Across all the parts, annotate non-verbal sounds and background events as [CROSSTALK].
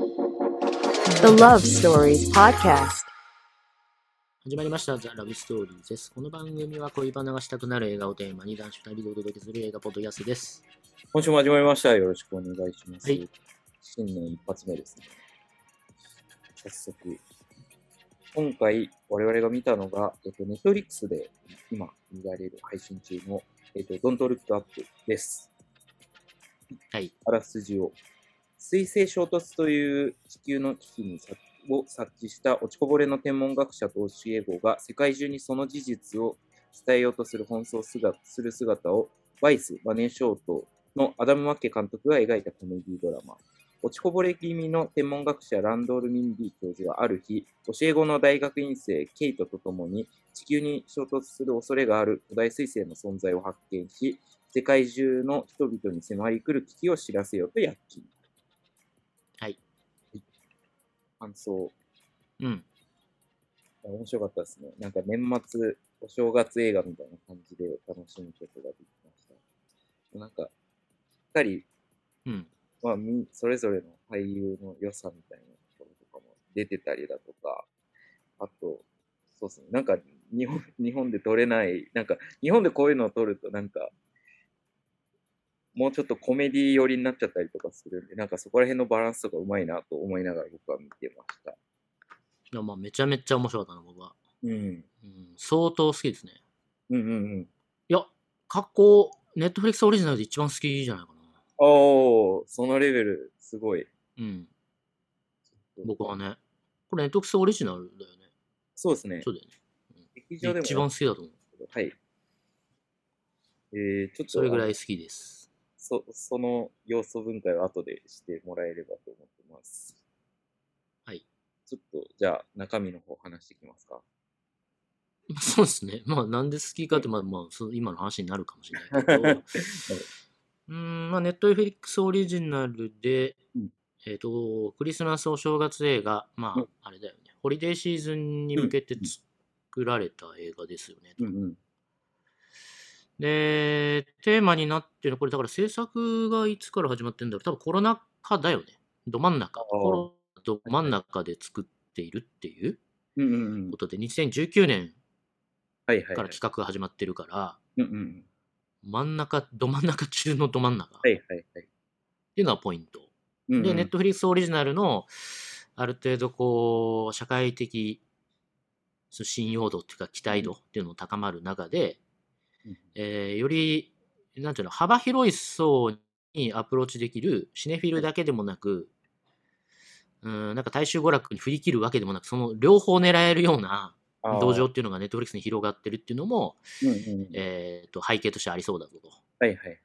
The Love Stories Podcast. 始まりました、ザ・ラブストーリーです。この番組は恋バナがしたくなる映画をテーマに男子2人でお届けする映画ポッドキャストです。今週も始まりました。よろしくお願いします。はい新年一発目ですね。早速。今回、我々が見たのが、えっと、ネットリックスで今見られる配信中の、えっと、Don't Look Up です。はい。あらすじを。水星衝突という地球の危機にさを察知した落ちこぼれの天文学者と教え子が世界中にその事実を伝えようとする奔走姿する姿をバイス・バネショートのアダム・マッケ監督が描いたコメディドラマ。落ちこぼれ気味の天文学者ランドール・ミンディ教授はある日、教え子の大学院生ケイトと共に地球に衝突する恐れがある古代彗星の存在を発見し、世界中の人々に迫り来る危機を知らせようと躍起。はい。感想、うん。面白かったですね。なんか年末、お正月映画みたいな感じで楽しむことができました。なんか、しっかりうん。まあ、みそれぞれの俳優の良さみたいなところとかも出てたりだとか、あと、そうですね、なんか日本日本で撮れない、なんか日本でこういうのを撮ると、なんか、もうちょっとコメディ寄りになっちゃったりとかするんで、なんかそこら辺のバランスとかうまいなと思いながら僕は見てました。でもまあめちゃめちゃ面白かったな、僕は。うん。うん、相当好きですね。うんうんうん。いや、過去、ネットフリックスオリジナルで一番好きじゃないかおー、そのレベル、すごい。な。うん。僕はね。これネットフリックスオリジナルだよね。そうですねそ。うだよ劇場でね。も。一番好きだと思う。はい。えー、ちょっと。それぐらい好きです。そその要素分解を後でしてもらえればと思ってます。はい。ちょっと、じゃあ、中身の方話していきますか。そうですね。まあ、なんで好きかって、まあ、まあ、その今の話になるかもしれない [LAUGHS] けど。うーん、まあ、ネットフリックスオリジナルで、うんえっ、と、クリスマスお正月映画、まうあん、あれだよね。ホリデーシーズンに向けてうんうん作られた映画ですよね。うん。で、テーマになってる、これだから制作がいつから始まってんだろう。多分コロナ禍だよね。ど真ん中。あーコロナど真ん中で作っているっていううんうんうんこ。とで、2019年はいはい、かはらい企。画が始まってるから、うんうんうん。真ん中、ど真ん中中のど真ん中っはていはいはい。いうのがポイント。うんうんで、ネットフリックスオリジナルの、ある程度こう、社会的その信用度っていうか期待度っていうのも高まる中で、うんえーより、なんていうの、幅広い層にアプローチできる、シネフィルだけでもなく、うん、なんか大衆娯楽に振り切るわけでもなく、その両方狙えるようなあー道場っていうのがネットフリックスに広がってるっていうのも、うんうんうん。えっ、と、背景としてありそうだぞと。はいはいはい。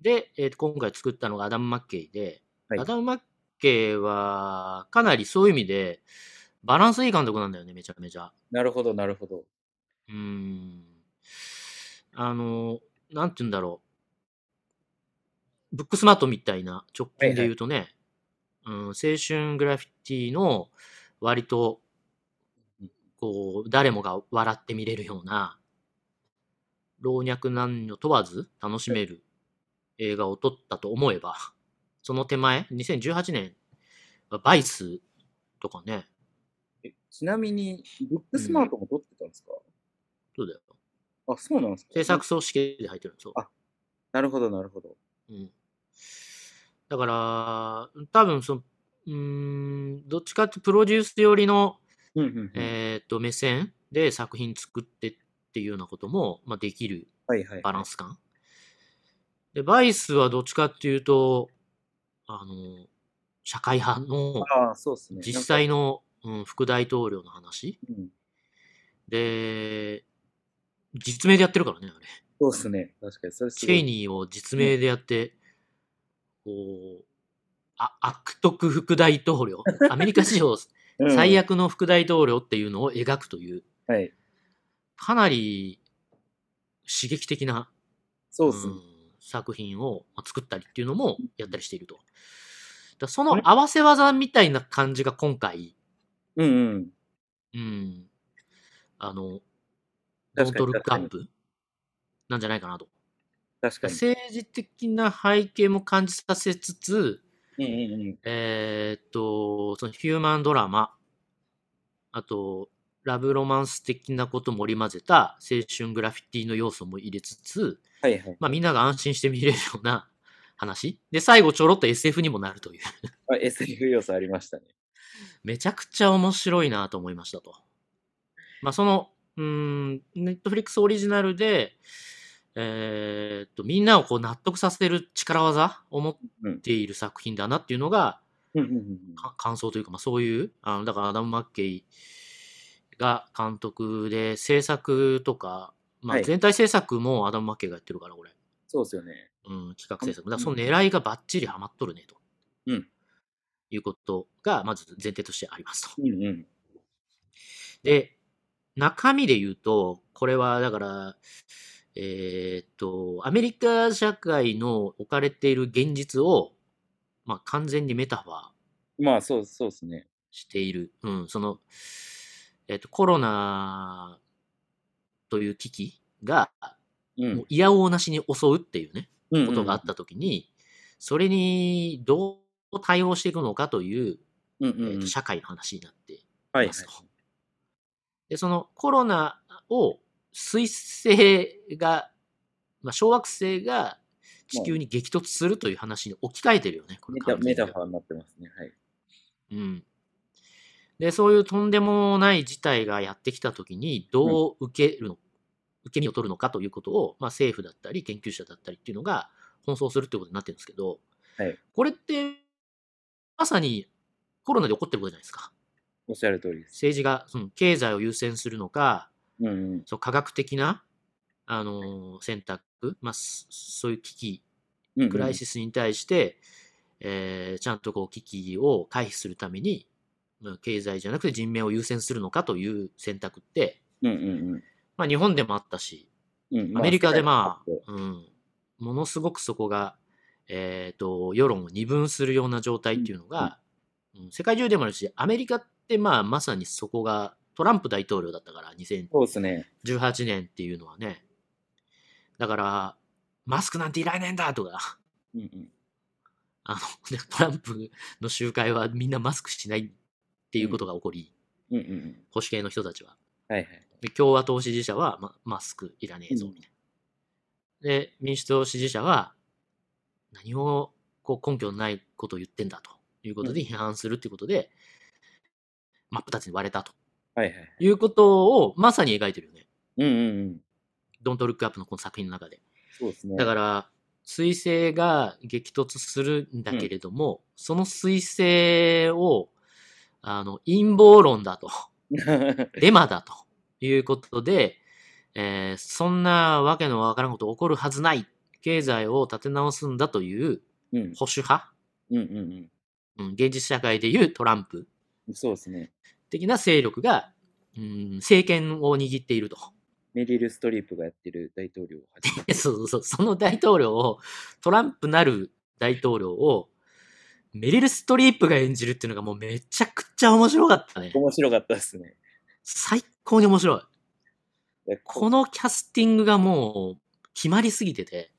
で、えーと今回作ったのがアダム・マッケイで、はいアダム・マッケイはかなりそういう意味でバランスいい監督なんだよねめちゃめちゃ。なるほどなるほど。うーんあのなんて言うんだろうブックスマートみたいな直近で言うとね、うん、青春グラフィティの割とこう誰もが笑って見れるような老若男女問わず楽しめる映画を撮ったと思えばその手前2018年はバイスとかねえちなみに、ブックスマートも撮ってたんですか、そうだよあ、そうなんですか制作組織で入ってるんですよあなるほどなるほど。うんだから、多分その、うーん、どっちかっていうとプロデュース寄りの、うんうん、うんえっと、目線で作品作ってっていうようなことも、まあ、できるはいはい。バランス感。で、バイスはどっちかっていうと、あの、社会派のああ、そうですね。実際の。の、うん、副大統領の話。うん、で、実名でやってるからね、あれ。そうですね。確かに。それすチごェイい。ニーを実名でやって、こう、あ悪徳副大統領、アメリカ史上うん最。悪の副大統領っていうのを描くという、はい。かなり刺激的な、そうですね。うん作品をまあ作ったりっていうのもやったりしていると。だからその合わせ技みたいな感じが今回、うんうん。うん、あの、ドン確かトにルッ確クアかッに。プなんじゃないかなと。確かに。政治的な背景も感じさせつつ、うんうんうん。えーっと、そのヒューマンドラマ、あと、ラブロマンス的なことも織り交ぜた青春グラフィティの要素も入れつつ、はいはい。まあみんなが安心して見れるような [LAUGHS] 話。で、最後ちょろっと SF にもなるという。あ SF 要素ありましたね。めちゃくちゃ面白いなと思いましたと。まあ、その、うーん、ネットフリックスオリジナルで、えーっと、みんなをこう納得させる力技を持っている作品だなっていうのが、うんうんうんうん。か感想というか、まあ、そういう、あの、だからアダム・マッケイが監督で制作とか、まはあ、い全体制作もアダム・マッケイがやってるから、これ。そうですよね。うん、企画制作。だからその狙いがバッチリハマっとるね、と。うんいうことが、まず前提としてありますと。うんうん。で、中身で言うと、これはだから、えーっと、アメリカ社会の置かれている現実を、まあ、完全にメタファーまあ、そうそうですね。している。うん、その、えーっと、コロナという危機が、う。もうんいやおうなしに襲うっていうね、うんうんことがあったときに、それにどう対応していくのかという、うんうんえうん。ーと社会の話になっていはいはいますと。で、そのコロナを彗星が、まあ、小惑星が地球に激突するという話に置き換えてるよね、これメタ完全メにタファーになってますね。はい。うん。で、そういうとんでもない事態がやってきたときに、どう受けるの、受け身を取るのかということを、まあ、政府だったり、研究者だったりっていうのが、奔走するってことになってるんですけど、はいこれって、まさにコロナで起こってることじゃないですか。おっしゃる通りです。政治が、その経済を優先するのか、うんうん。その科学的な、あのー選択、まあ、そそういう危機うんうんクライシスに対して、えーちゃんとこう危機を回避するために、まあ経済じゃなくて人命を優先するのかという選択って、うんうんまあ、日本でもあったし、うんうん。アメリカでま世界あ、うん、ものすごくそこが、えー、と世論を二分するような状態っていうのが、うん世界中でもあるし、アメリカって、まあ、まさにそこがトランプ大統領だったから、2018そうですね。年っていうのはね。だから、マスクなんていらないんだとか、うんうん。あの、 [LAUGHS] でトランプの集会はみんなマスクしないっていうことが起こり、うんうんうん。保守系の人たちは。はいはい。で、共和党支持者は、ま、マスクいらねえぞ、みたいな。で、民主党支持者は、何をこう根拠のないことを言ってんだということで批判するっていうことで、真っ二つに割れたとはいはい。いうことをまさに描いてるよね。うんうんうん。ドントルックアップのこの作品の中で。そうですね。だから、彗星が激突するんだけれども、その彗星を、あの、陰謀論だと、 [LAUGHS] デマだということで、えーそんなわけのわからんこと起こるはずない、経済を立て直すんだといううん保守派、うんうんうん、現実社会でいうトランプうん。そうですね。的な勢力が、うん、政権を握っていると。メリル・ストリップがやってる大統領をはじめそうそうそう、その大統領を、トランプなる大統領を、メリル・ストリープが演じるっていうのがもうめちゃくちゃ面白かったね。面白かったですね。最高に面白い。でここのキャスティングがもう決まりすぎてて、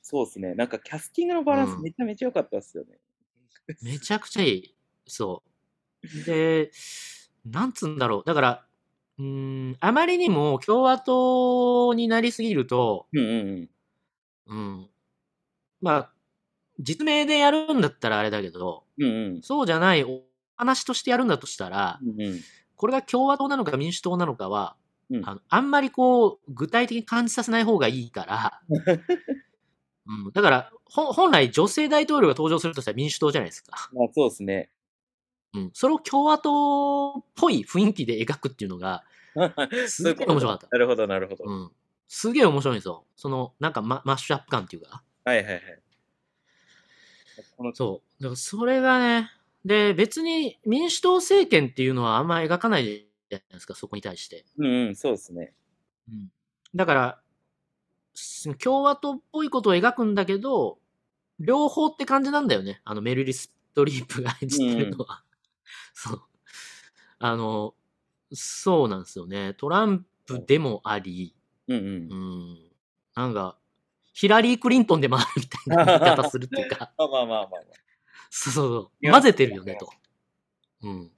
そうですね。なんかキャスティングのバランスめちゃめちゃ良かったですよね。めちゃくちゃいい。そう。で、なんつうんだろう。だから、うーん、あまりにも共和党になりすぎると、うんうんうん。うん、まあ、実名でやるんだったらあれだけど、うんうん。そうじゃないお話としてやるんだとしたら、うんうん、これが共和党なのか民主党なのかは、うんあのあんまりこう、具体的に感じさせない方がいい [LAUGHS] から、うん、だから、ほん本来女性大統領が登場するとしたら民主党じゃないですか。まあそうですね。うん、それを共和党っぽい雰囲気で描くっていうのが、 [LAUGHS] すっげえ面白かったなるほど、なるほど。うん、すげえ面白いんですよ。その、なんかママッシュアップ感っていうか。はいはいはい。このそう。だからそれがね、で、別に民主党政権っていうのはあんま描かないじゃないですか、そこに対して。うんうん、そうですね。うんだから、す共和党っぽいことを描くんだけど、両方って感じなんだよね。あの、メルリストリープが演じてるのは。 [LAUGHS] そう。あの、そうなんですよね。トランプでもあり、うんう。、うんん、なんか、ヒラリー・クリントンでもあるみたいな言い方するっていうかまあまあまあまあまあ。そうそういそう。や混ぜてるよね、と。うん。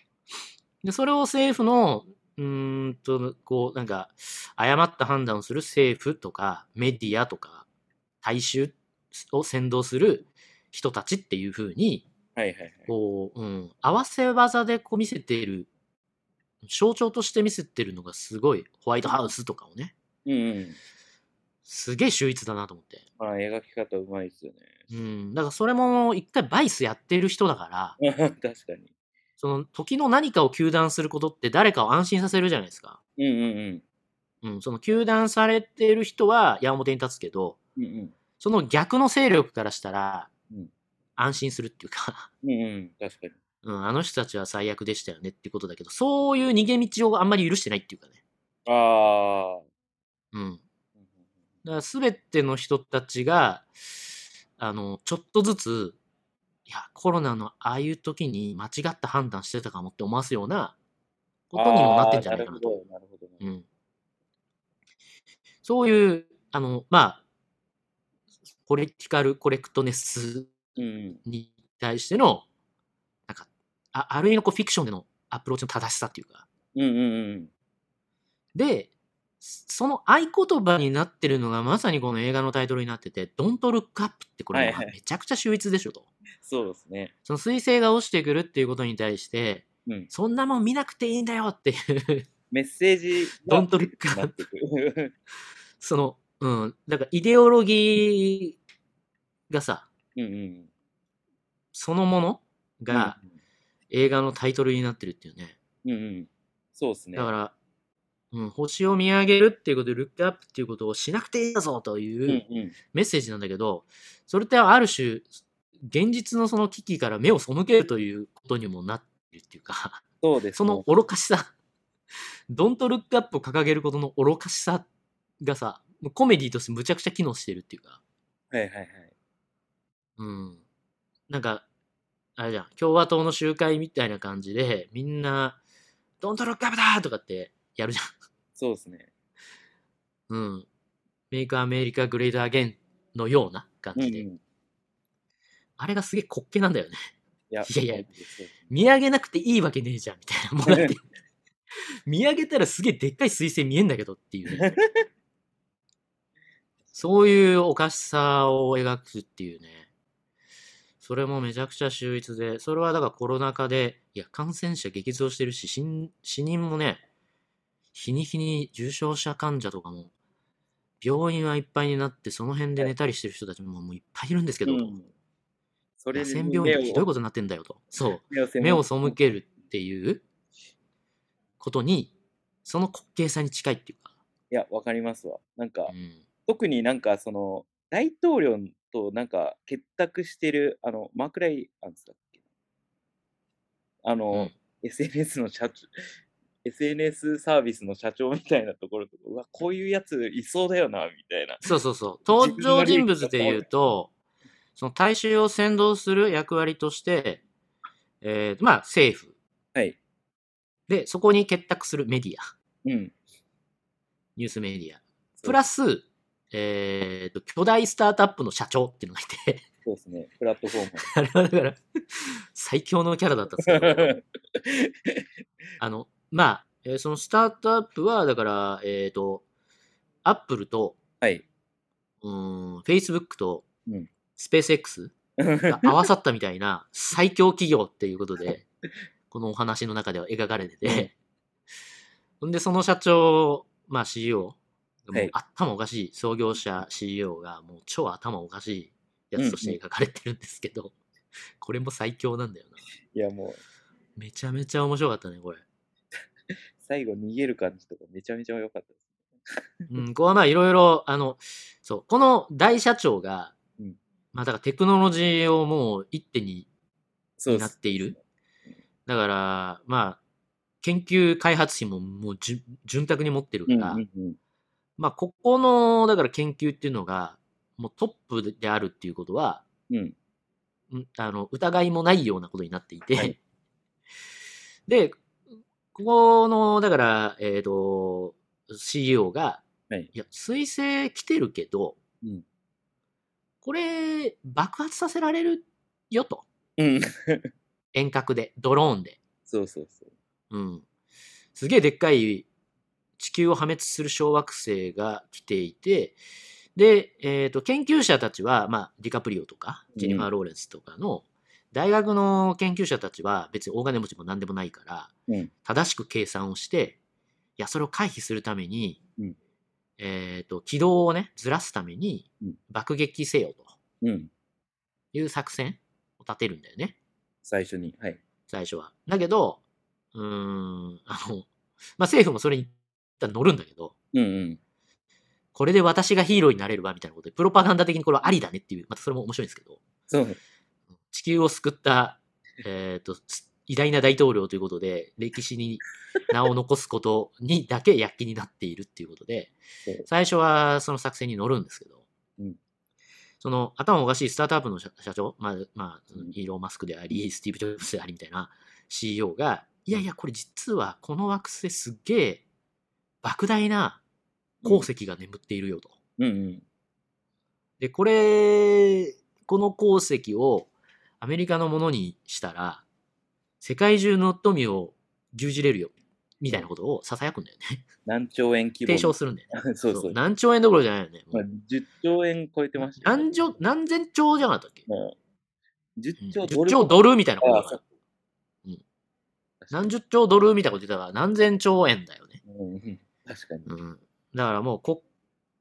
で、それを政府の、うーんと、こう、なんか、誤った判断をする政府とか、メディアとか、大衆を先導する人たちっていうふうに、はいはいはい。こう、うん、合わせ技でこう見せている、象徴として見せてるのがすごい、ホワイトハウスとかをね、うん、うん。すげえ秀逸だなと思って。まあ、描き方うまいですようん。だからそれも、一回バイスやってる人だから、ね。 [LAUGHS] 確かその時の何かを糾弾することって誰かを安心させるじゃないですか。に。うんうんうん、その糾弾されてる人は矢面に立つけど、うん。うんその逆の勢力からしたらうん、安心するっていうか、 [LAUGHS] うん。うんうん。確かに。うん、あの人たちは最悪でしたよねってことだけど、そういう逃げ道をあんまり許してないっていうかね。ああ。うん。うんだから全ての人たちが、あの、ちょっとずつ、いや、コロナのああいう時に間違った判断してたかもって思わすようなことにもなってんじゃないかなと。あーなるほど、なるうほど。ん、そういう、あの、まあ、ポリティカルコレクトネスうんうん。に対しての、なんか、あある意味のこうフィクションでのアプローチの正しさっていうか。うんうんうん。で、その合言葉になってるのがまさにこの映画のタイトルになってて、Don't Look Up ってこれはいはいめちゃくちゃ秀逸でしょと。そうですね。その彗星が落ちてくるっていうことに対して、うん。そんなもん見なくていいんだよっていう、メッセージが Don't Look な Up ってくる。 [LAUGHS] その、うん、だからイデオロギーがさ、うんうん。そのものが映画のタイトルになってるっていうね。うんうん。そうですね。だから、うん、星を見上げるっていうことで、ルックアップっていうことをしなくていいんだぞとうんう。いうんメッセージなんだけど、それってある種、現実のその危機から目を背けるということにもなってるっていうか、そうですそねの愚かしさ、ドントルックアップを掲げることの愚かしさがさ、もうコメディとしてむちゃくちゃ機能してるっていうか。はいはいはい。うん。なんか、あれじゃん、共和党の集会みたいな感じで、みんな、ドントロックアップだとかってやるじそうですね。ゃん。うん。メイクアメリカグレードアゲンのような感うんうじん。で。いあれがすげえ滑稽なんだよね。やいやいやそうですね見上げなくていいわけねえじゃん、みたいな。もうだ [LAUGHS] って見上げたらすげえでっかい彗星見えんだけどっていう [LAUGHS] ね。そういうおかしさを描くっていうね。それもめちゃくちゃ秀逸で、それはだからコロナ禍で、いや、感染者激増してるし、死ん死人もね、日に日に重症者患者とかも、病院はいっぱいになって、その辺で寝たりしてる人たちももういっぱいいるんですけど、うんそれ野で戦目病院でひどいをことになってんだよと。そう。目を背目を背けるっていうことに、その滑稽さに近いっていうか。いや、わかりますわ。なんかう、ん。特になんかその、大統領となんか結託してる、あの、マークライアンスだっけあうのん、 SNS の社長、SNS サービスの社長みたいなところとか、うわ、こういうやついそうだよな、みたいな。そうそうそう。 [LAUGHS] 自登分の場利益人物で言うと、その大衆を先導する役割として、えーまあ政府。はい。で、そこに結託するメディア。うん。ニュースメディア。プラス、えーと、巨大スタートアップの社長っていうのがいて、 [LAUGHS] そうですね。プラットフォあれはだから、最強のキャラだったんですけ [LAUGHS] ど、ーム。あの、まあ、えーそのスタートアップは、だから、えっ、と、アップルと、はい。うーん、Facebook とうん、スペース X が合わさったみたい [LAUGHS] な最強企業っていうことで、このお話の中では描かれてて、ほんで、その社長、まあ CEO、もはうい頭おかしい、創業者 CEO がもう超頭おかしいやつとして描かれてるんですけど、これも最強なんだよな。いや、もう、めちゃめちゃ面白かったね、こ [LAUGHS] れ。最後逃げる感じとかめちゃめちゃ良かったです。うん、ここはまあいろいろ、あの、そう、この大社長が、うんまあだからテクノロジーをもう一手にそうなっている。だから、まあ、研究開発費ももうじゅ潤沢に持ってるうかんうら、んうん。まあここの、だから研究っていうのが、もうトップであるっていうことは、うん。うんあの、疑いもないようなことになっていて、はい [LAUGHS] で、ここの、だから、えっ、と、CEO が、はいや、彗星来てるけど、うんこれ、爆発させられるよと。うん。遠隔で、ドローンで。そうそうそう。うん。すげえでっかい地球を破滅する小惑星が来ていて、で、えっ、と、研究者たちは、まあ、ディカプリオとか、ジェニファー・ローレンスとかの、大学の研究者たちは別に大金持ちも何でもないから、うん正しく計算をして、いや、それを回避するために、うんえっ、と、軌道をね、ずらすためにうん、爆撃せよとうん。いう作戦を立てるんだよね。最初に。はい。最初は。だけど、うーん、あの、まあ、政府もそれに一旦乗るんだけど、うんうん。これで私がヒーローになれるわ、みたいなことで、プロパガンダ的にこれはありだねっていう、またそれも面白いんですけど、そう。地球を救った、えっ、と、す偉大な大統領ということで、歴史に名を残すことにだけ躍起になっているっていうことでそう、最初はその作戦に乗るんですけど、うんその頭おかしいスタートアップの社社長、まあ、まあうん、イーロン・マスクであり、スティーブ・ジョブズでありみたいな CEO が、いやいや、これ実はこの惑星すっげえ莫大な鉱石が眠っているよと。うんうん。で、これ、この鉱石をアメリカのものにしたら、世界中の富を牛耳れるよ、みたいなことを囁くんだよね。何兆円規 [LAUGHS] 模。提唱するんだよね。 [LAUGHS] そうそう。何兆円どころじゃないよね。まあ、10兆円超えてましたね、何兆、何千兆じゃなかったっけ、まあ10うん兆ド10ル。兆ドルみたいなことだああかそらう。何十兆ドルみたいなこと言ってたから、何千兆円だよね。うんうん確かに。うん。だからもう国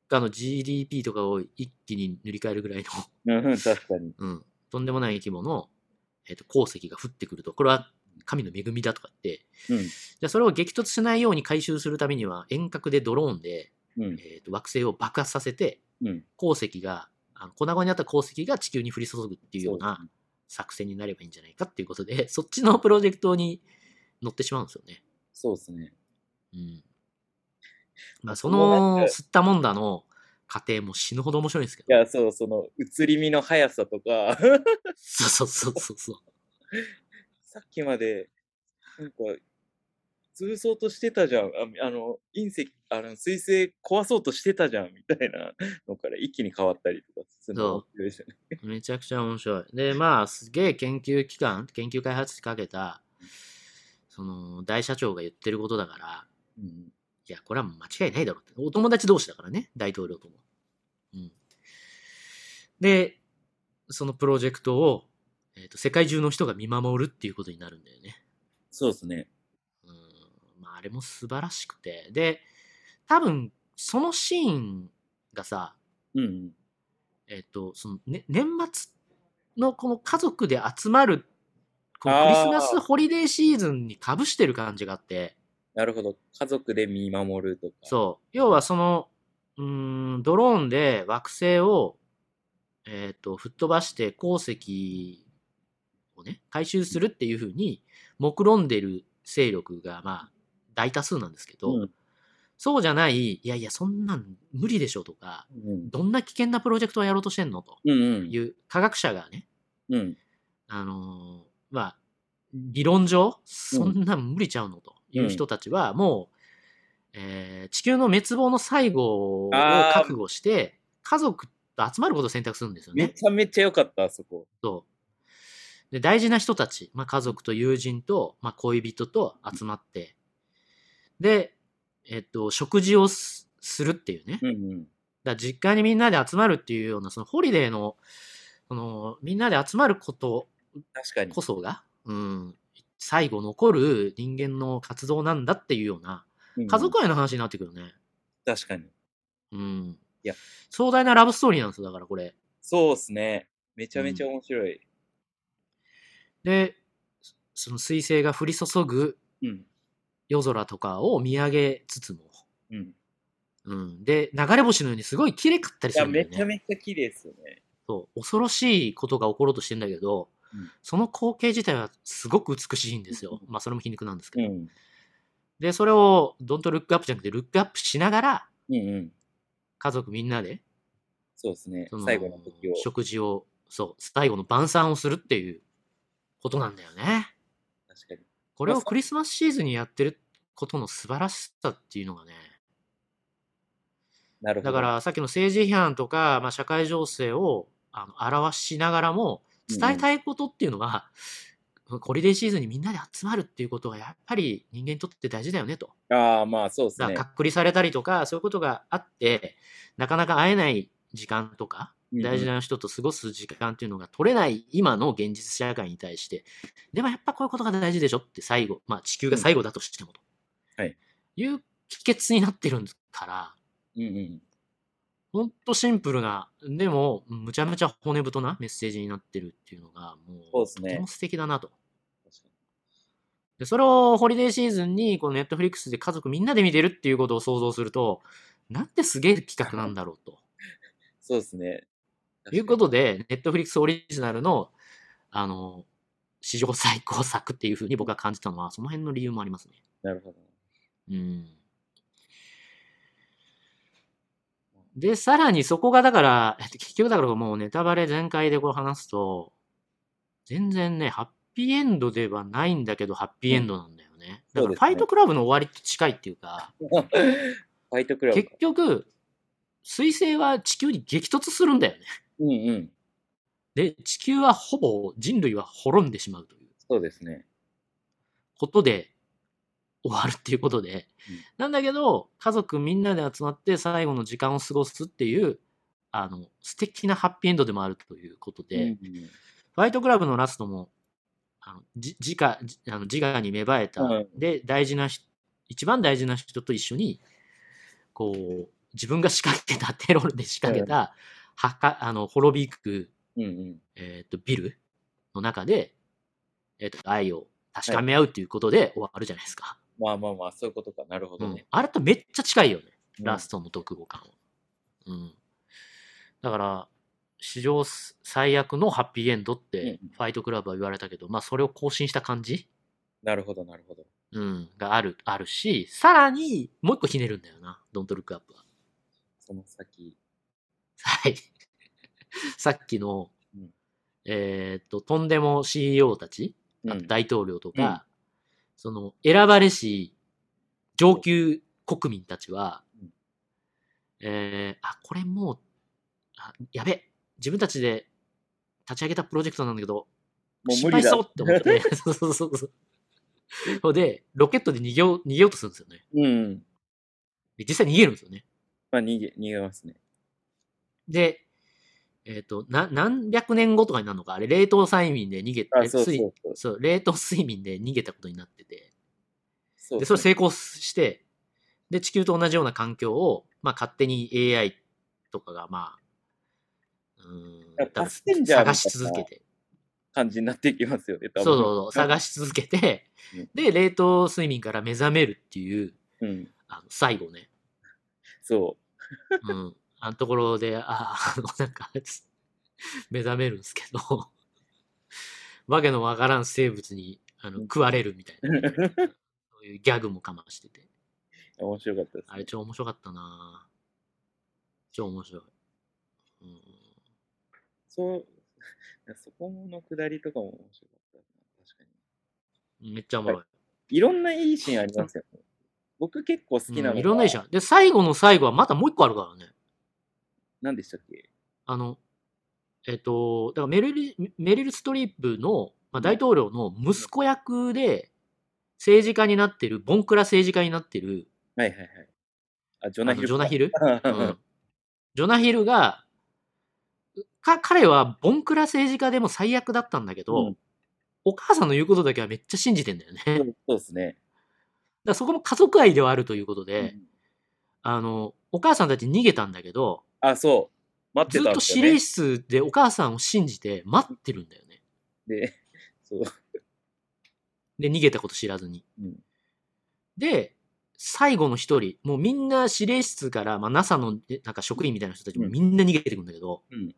家の GDP とかを一気に塗り替えるぐらいのうんうん、確かに。うん、とんでもない規模の、えっと鉱石が降ってくると、これは神の恵みだとか言って、うじゃあそれを激突しないように回収するためには、遠隔でドローンで、ん。うん。えっと惑星を爆発させて、うん。鉱石が、あの粉々になった鉱石が地球に降り注ぐっていうような作戦になればいいんじゃないかっていうことで、 [LAUGHS] そっちのプロジェクトに乗ってしまうんですよね。そうですね。うん。まあ、そそうなんの、だ吸ったもんだの過程も死ぬほど面白いんですけいど。や、そう、その、移り身の速さとか、 [LAUGHS] そうそうそうそうそう。さっきまで、なんか、通そうとしてたじゃん。ああの、隕石、あの、水星壊そうとしてたじゃん、みたいなのから一気に変わったりとかするの面白いですよね。めちゃくちゃ面白い。で、まあ、すげえ研究機関、研究開発にかけた、その、大社長が言ってることだから、うんいや、これは間違いないだろうって。お友達同士だからね、大統領とも。うん。で、そのプロジェクトを、えーと、世界中の人が見守るっていうことになるんだよね。そうですね。うん。まあ、あれも素晴らしくて。で、多分、そのシーンがさ、うんうん。えっと、その、ね、年末のこの家族で集まる、このあクーリスマスホリデーシーズンにかぶしてる感じがあって、なるほど。家族で見守るとか。そう。要はその、うーん、ドローンで惑星を、えっと、吹っ飛ばして鉱石をね、回収するっていうふうに、目論んでる勢力が、まあ、大多数なんですけど、うんそうじゃない、いやいや、そんなん無理でしょとか、うん。どんな危険なプロジェクトをやろうとしてんのとうんうん。いう科学者がね、うん。あのーまあ、理論上、そんなん無理ちゃうのという人たちは、もう、えー地球の滅亡の最後をあー覚悟して、家族と集まることを選択するんですよめね。ちゃめちゃ良かった、あそこ。そうで大事な人たち、まあ、家族と友人と、まあ、恋人と集まって、で、えっと、食事をすするっていうね。うんうん。だから実家にみんなで集まるっていうような、そのホリデーの、その、みんなで集まること確かに。こそが、うん、最後残る人間の活動なんだっていうような、家うん族愛の話になってくるね。うん確かに。うん。いや壮大なラブストーリーなんですよ、だからこれ。そうですね。めちゃめちゃ面白い。で、そその彗星が降り注ぐうん。夜空とかを見上げつつも、うん。うん。で、流れ星のようにすごい綺麗かったりいすや、るんだめよちゃね。めちゃ綺麗ですよね。そう恐ろしいことが起ころうとしてんだけど、うんその光景自体はすごく美しいんですよ。まあ、それも皮肉なんですけうど。ん。で、それを、ドントルックアップじゃなくて、ルックアップしながら、うんうん。家族みんなでそうですねそ。最後の時を。食事をそう最後の晩餐をするっていうことなんだよね確かに。これをまあそクリスマスシーズンにやってることの素晴らしさっていうのがねなるほだど。からさっきの政治批判とか、まあ、社会情勢をあの表しながらも伝えたいことっていうのは、ホリデーシーズンにみんなで集まるっていうことがやっぱり人間にとって大事だよねと。ああ、まあそうですだかねら。隔離されたりとか、そういうことがあって、なかなか会えない時間とか、うんうん大事な人と過ごす時間っていうのが取れない今の現実社会に対して、でもやっぱこういうことが大事でしょって最後、まあ地球が最後だとしてもと、うんはいいう帰結になってるんですから、うんうん。ほんとシンプルな、でもむちゃむちゃ骨太なメッセージになってるっていうのが、そうもでうすとねても素敵だなと。確かで、それをホリデーシーズンに、このネットフリックスで家族みんなで見てるっていうことを想像すると、なんてすげえ企画なんだろうと。にそうですね。いうことで、ネットフリックスオリジナルの、あの、史上最高作っていうふうに僕が感じたのは、その辺の理由もありますね。なるほど。 [LAUGHS] うん。で、さらにそこがだから、えっと結局だからもうネタバレ全開でこう話すと、全然ね、ハッピーエンドではないんだけど、ハッピーエンドなんだよね。だかそうですねら、ファイトクラブの終わりと近いっていうか、ファイトクラブ結。局、彗星は地球に激突するんだよね。うんうん。で、地球はほぼ人類は滅んでしまうというそうですね。ことで終わるっていうことで、うんなんだけど、家族みんなで集まって最後の時間を過ごすっていう、あの、素敵なハッピーエンドでもあるということで、うんうんファイトクラブのラストも、あのじ自家じあの自我に芽生えた、うんで、大事な人、一番大事な人と一緒に、こう、自分が仕掛けた、テロで仕掛けた、はかあの滅びゆく、うんうん。えっとビルの中で、えっと愛を確かめ合うということで終わるじゃないですか。まあまあまあ、そういうことか。なるほうどんね。、あれとめっちゃ近いよね、うんラストの読後感は。うん、だから、史上最悪のハッピーエンドってうん、ファイトクラブは言われたけど、まあ、それを更新した感じ、なるほど、なるほど。うん、があるあるし、さらにもう一個ひねるんだよな、ドントルックアップは。その先。はい。さっきの、うんえーっと、とんでも CEO たち、うあとん、大統領とか、うんその選ばれし上級国民たちは、うんえーあこれもうあやべ自分たちで立ち上げたプロジェクトなんだけどもう失無敗理しだそうって思って [LAUGHS] そうそうそうそうほんでロケットで逃げよう逃げようとするんですよね [LAUGHS] うんうん。で実際逃げるんですよねまあ、逃げ、逃げますね。でえっ、とな何百年後とかになるのかあれ冷凍催眠で逃げてあ、そうそうそう。そう冷凍睡眠で逃げたことになっててそで、うでそれす成ね功して、で、地球と同じような環境を、まあ、勝手に AI とかが、まあ、うーん、パだッセンジャーみたい探なし続けて、感じになっていきますよね、そ多う分そうそう、探し続けてうん、で、冷凍睡眠から目覚めるっていう、うん。あの最後ね、そうん、あのところで、ああ、あの、なんか、 [LAUGHS] 目覚めるんですけど、わけのわからん生物にあの食われるみたいな、 [LAUGHS] う。そういうギャグもかましてて。面白かったです、あれ超面白かったなぁ超面白い。うん、そう、そこの下りとかも面白かったな。確かに。めっちゃおもろい。いろんないいシーンありますよね。僕結構好きなのが、うんいろんないじゃん。で、最後の最後はまたもう一個あるからね。何でしたっけあの、えっ、と、だからメリル、メリル・ストリップの、まあ、大統領の息子役で政治家になってる、ボンクラ政治家になってる、はいはいはい。あ、ジョあのナヒル。ジョナヒル、う [LAUGHS] うんん、ジョナヒルが、か彼はボンクラ政治家でも最悪だったんだけど、うんお母さんの言うことだけはめっちゃ信じてんだよね。そうそうですね。だからそこも家族愛ではあるということで、うんあの、お母さんたち逃げたんだけど、あ、そう。待ってずったんとです指よ、ね。令室でお母さんを信じて待ってるんだよね。で、 [LAUGHS] そう。で、逃げたこと知らずに。うんで、最後の一人、もうみんな指令室から、まあ、NASA のでなんか職員みたいな人たちもうんみんな逃げてくんだけど、うん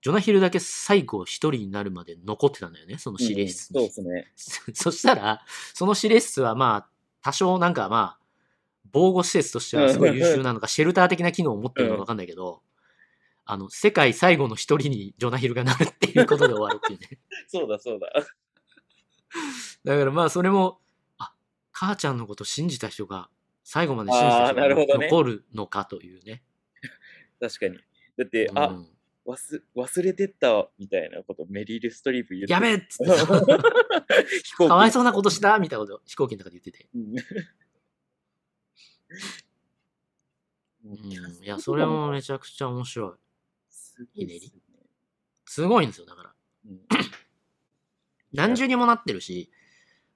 ジョナヒルだけ最後一人になるまで残ってたんだよね、その指令室うんに。そうです [LAUGHS] ね。そしたら、その指令室はまあ、多少なんかまあ、防護施設としてはすごい優秀なのか、シェルター的な機能を持ってるのかわかんないけど、あの、世界最後の一人にジョナヒルがなるっていうことで終わるっていう [LAUGHS] ね。そうだそうだ。だからまあ、それも、あ、母ちゃんのこと信じた人が、最後まで信じあたー人なるほどがね残るのかというね。確かに。だって、うあ、ん忘忘れてったみたいなことメリル・ストリープ言ってやべえっつって [LAUGHS] 飛行機かわいそうなことしたみたいなこと飛行機の中で言ってて。うん [LAUGHS] うん、いや、それもめちゃくちゃ面白い。すごいっすねすごいんですよ、だから。うん何重にもなってるし、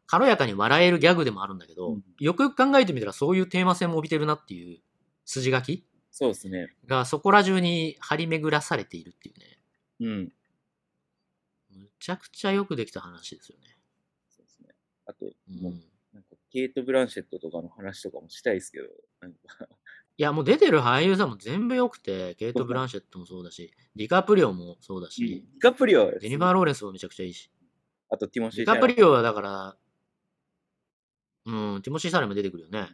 軽やかに笑えるギャグでもあるんだけど、うんよくよく考えてみたらそういうテーマ性も帯びてるなっていう筋書きそうですね。がそこら中に張り巡らされているっていうね。うん。むちゃくちゃよくできた話ですよね。そうですね。あと、うもんう、なんか、ケイト・ブランシェットとかの話とかもしたいですけど、なんか、いや、もう出てる俳優さんも全部良くて、ケイト・ブランシェットもそうだし、ディカプリオもそうだし [LAUGHS] デ、ィカプリオはジェニファー・ロローレンスもめちゃくちゃいいし。あと、ティモシデー・ィカプャリオはだから、うん、ティモシー・シャラメ出てくるよね。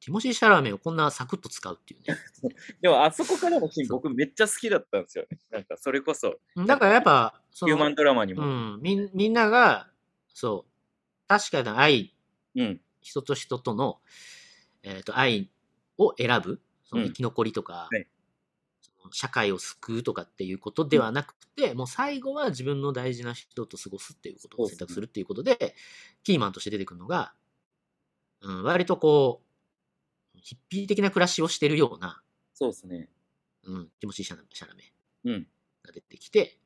ティモシー・シャラメをこんなサクッと使うっていうね。でも、あそこからのシーン、そう僕めっちゃ好きだったんですよね。なんか、それこそ、うんだからやっぱ、そヒューマのン、ドラマにうも。ん、みんみんなが、そう、確かな愛、うん。人と人との、えっ、と、愛を選ぶ、そのうん生き残りとか、はいその社会を救うとかっていうことではなくて、もう最後は自分の大事な人と過ごすっていうことを選択するっていうことで、キーマンとして出てくるのが、うん、割とこう、ヒッピー的な暮らしをしてるような、そうですね。うん、ティモシー・シャナシャナメうん。が出てきて、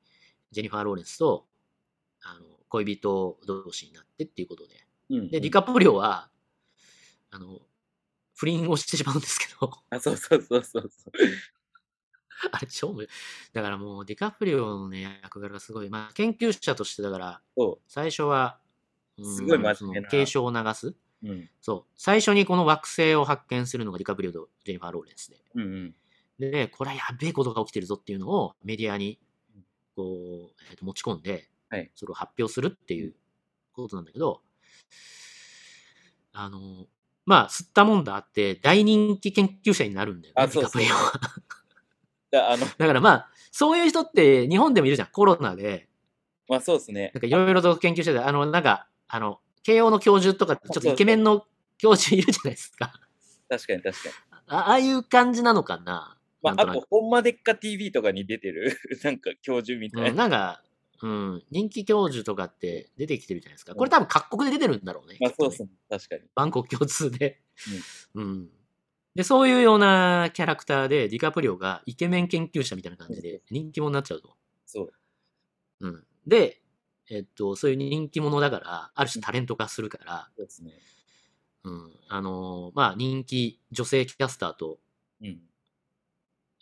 ジェニファー・ローレンスと、あの、恋人同士になってっていうことで、うん。で、ディカプリオは、あの、不倫をしてしまうんですけど、 [LAUGHS] あ、そうそうそうそうそう。あれ超無だからもうディカプリオのね、役柄がすごい、まあ、研究者としてだから、そ最初は、うんすごい真面目なその警鐘を流す。う。うん。そう。最初にこの惑星を発見するのがディカプリオとジェニファー・ローレンスで。うんうん。で、ね、これはやべえことが起きてるぞっていうのをメディアに、こう、えーと持ち込んで、はいそれを発表するっていうことなんだけど、あの、まあ、吸ったもんだあって、大人気研究者になるんだよね、あそうそうディカプリオは [LAUGHS] だあの、だからまあ、そういう人って日本でもいるじゃん、コロナで。まあそうですねな。んかいろいろと研究者で、あの、なんか、あの、慶応の教授とかってちょっとイケメンの教授いるじゃないですか。確かに確かに。あああいう感じなのかな。まなあ、んあとなくと、ほんまでっか TV とかに出てる、 [LAUGHS] なんか教授みたういん、な。なんか、うん、人気教授とかって出てきてるじゃないですか。これ多分各国で出てるんだろうね。まあきっとそうねですね。確かに。万国共通で、うん。で、そういうようなキャラクターで、ディカプリオがイケメン研究者みたいな感じで人気者になっちゃうと。そう。うん。で、えっと、そういう人気者だから、ある種タレント化するから、そうですね。うん。あのーまあ、人気女性キャスターと、うん。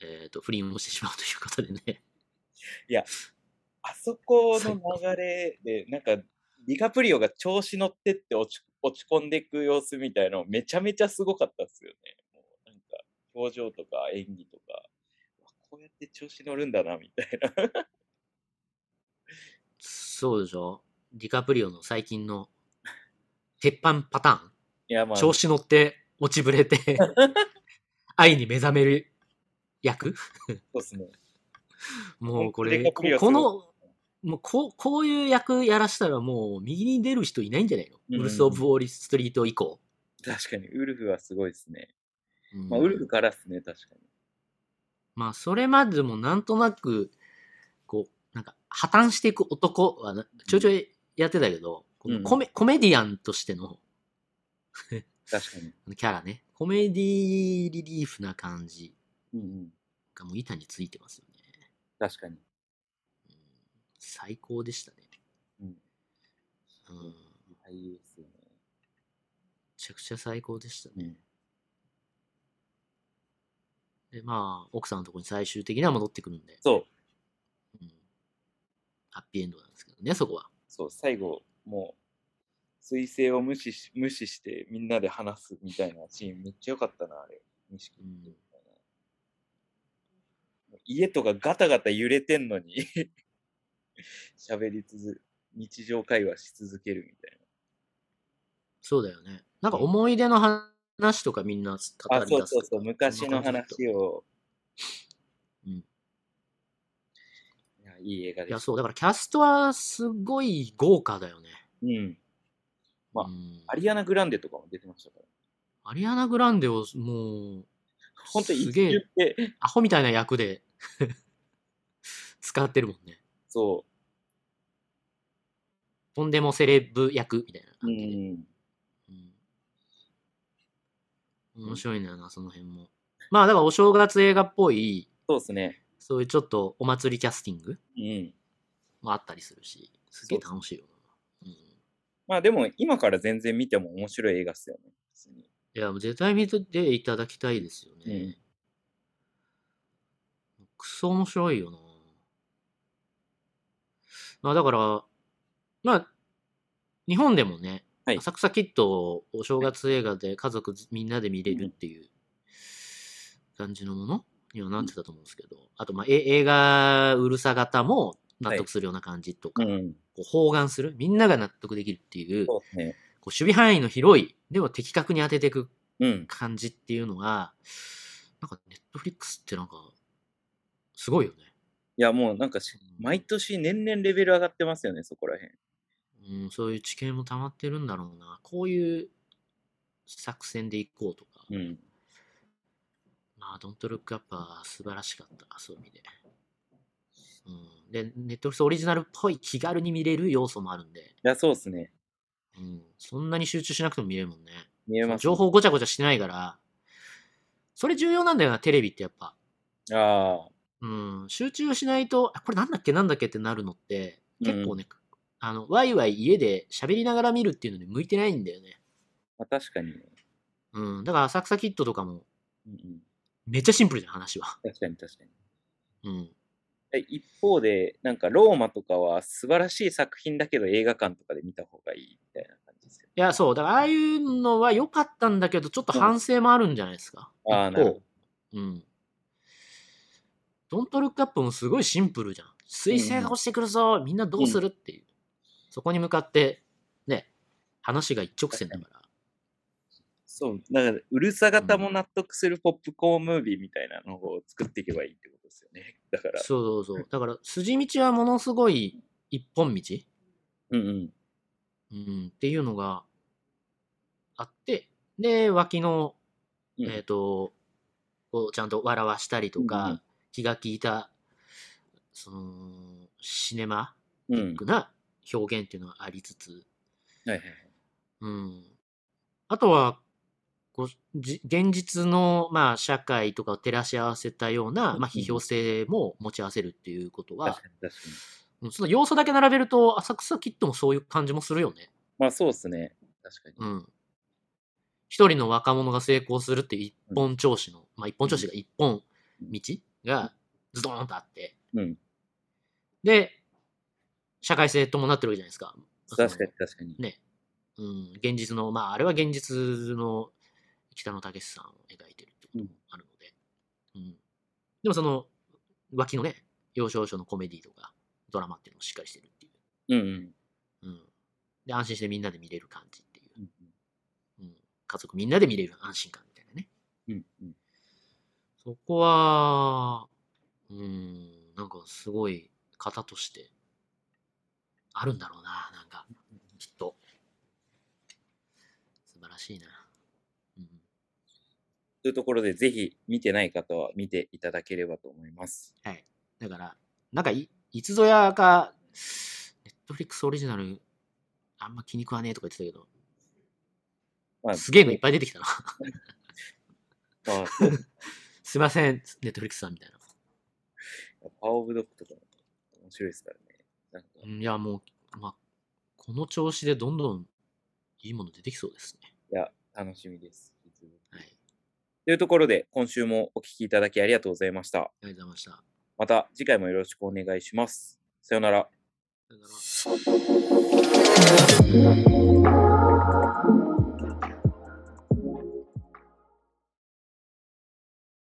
えっと、不倫をしてしまうということで [LAUGHS] ね。あそこの流れで、なんか、ディカプリオが調子乗ってって落ち落ち込んでいく様子みたいの、めちゃめちゃすごかったですよね。もうなんか、表情とか演技とか、うわこうやって調子乗るんだな、みたいな。そうでしょディカプリオの最近の鉄板パターン。いや、まあ、調子乗って、落ちぶれ [LAUGHS] て、愛に目覚める役そうですね。もうこデれ、カプリオここの、もうこうこういう役やらしたらもう右に出る人いないんじゃないの、うんうんうウんルス・オブ・ウォーリストリート以降。確かに、ウルフはすごいですね。うんまあ、ウルフからですね、確かに。まあそれまでもなんとなく、こう、なんか破綻していく男はなちょいちょいやってたけど、このコメコメディアンとしての確かに。キャラね、コメディリリーフな感じうんうん。がもう板についてますよね。確かに。うん最高でしたね。うん。うんめ俳優ですよね。ちゃくちゃ最高でしたね。うん。で、まあ、奥さんのところに最終的には戻ってくるんで、そう。うん、ハッピーエンドなんですけどね、そこは。そう、最後、もう、彗星を無視し無視してみんなで話すみたいなシーン、めっちゃ良かったな、あれ。西君っていうかな家とかガタガタ揺れてんのに [LAUGHS] 喋り続日常会話し続けるみたいそうだよね。なんか思い出の話とかみんなな。語あ、りそう出そうすそとう、か。昔の話を。うんいや、いい映画いでや、した。そう、だからキャストはすごい豪華だよね。うん。まあうんアリアナ・グランデとかも出てましたから。アリアナ・グランデをもう、本当にす一げ瞬えで、アホみたいな役で [LAUGHS] 使ってるもんね。そとんでもセレブ役みたいなう。う感じで。ん。うん面白いんだよな、その辺も。まあ、だからお正月映画っぽい、そうですね。そういうちょっとお祭りキャスティングうん。もあったりするし、すげえ楽しいよな。うん、いまあでも、今から全然見ても面白い映画っすよね。別にや、もう絶対見ていただきたいですよね。クソ面白いよな。まあ、だから、まあ、日本でもね、はい浅草キッドをお正月映画で家族みんなで見れるっていう感じのものにはなってたと思うんですけど、あと、まあ、え映画うるさ型も納得するような感じとか、うん。こう包含する、みんなが納得できるっていう、そこうですね。う守備範囲の広い、でも的確に当てていくうん。感じっていうのが、なんかネットフリックスってなんか、すごいよね。いや、もうなんかし、毎年年々レベル上がってますよね、そこらへん。うん、そういう知見も溜まってるんだろうな。こういう作戦で行こうとか。うん。まあ、ドントルックアップは素晴らしかった。そういう意味で。うん、で、ネットフリスオリジナルっぽい気軽に見れる要素もあるんで、いや、そうですね。うん、そんなに集中しなくても見れるもんね。見えます、情報ごちゃごちゃしてないから、それ重要なんだよな、テレビってやっぱ。ああ。うん、集中しないと、あこれなんだっけなんだっけってなるのって、結構ね、あの、ワイワイ家で喋りながら見るっていうのに向いてないんだよね。まあ、確かにね。うん、だから浅草キッドとかも、うんうん、めっちゃシンプルじゃん、話は。確かに確かに。うん。え一方で、なんかローマとかは素晴らしい作品だけど映画館とかで見た方がいいみたいな感じですよ。いや、そう、だからああいうのは良かったんだけど、ちょっと反省もあるんじゃないですか。ああ、なるほど。うん。ドントルックアップもすごいシンプルじゃん。彗星が落ちてくるぞ、みんなどうするっていう。そこに向かって、ね、話が一直線だから。そう、だから、うるさ型も納得するポップコーンムービーみたいなのを作っていけばいいってことですよね。だから、そうそうそう。 [LAUGHS] だから、筋道はものすごい一本道、うんうん。うん、っていうのがあって、で、脇のうんえっ、と、をちゃんと笑わしたりとか、うんうん気が利いた、その、シネマうテんィックな表現っていうのはありつつ、はいはいはいうん。あとは、こうじ現実の、まあ、社会とかを照らし合わせたような、まあ、うん批評性も持ち合わせるっていうことは確、かに確かに。うんその要素だけ並べると、浅草キッドもそういう感じもするよね。まあ、そうですね。確かに。うん。一人の若者が成功するって一本調子の、まあ一本調子が一本道がズドーンとあって、うん。で、社会性伴ってるわけじゃないですか。確かに確かに。そのうん、現実の、まああれは現実の北野武さんを描いてるってこともあるので、うん。でもその、脇のね、要所要所のコメディとかドラマっていうのもしっかりしてるっていうんうんう。うん。で、安心してみんなで見れる感じっていううん。うん。家族みんなで見れる安心感みたいなね。うんうん。そこは、うーん、なんかすごい型として、あるんだろうな、なんか、きっと。素晴らしいな。うん、というところで、ぜひ見てない方は見ていただければと思います。だから、なんかい、いつぞやか、ネットフリックスオリジナル、あんま気に食わねえとか言ってたけど、まあ、すげえのい [LAUGHS] っぱい出てきたな。まあ、そうすいません、ネットフリックスさんみたいな。パワーオブドッグとかも面白いですからね。なんかうんいや、もう、まあ、この調子でどんどんいいもの出てきそうですね。いや、楽しみです。引き続きはい。というところで、今週もお聞きいただきありがとうございました。ありがとうございました。さまた次回もよろしくお願いします。さよなら。よなら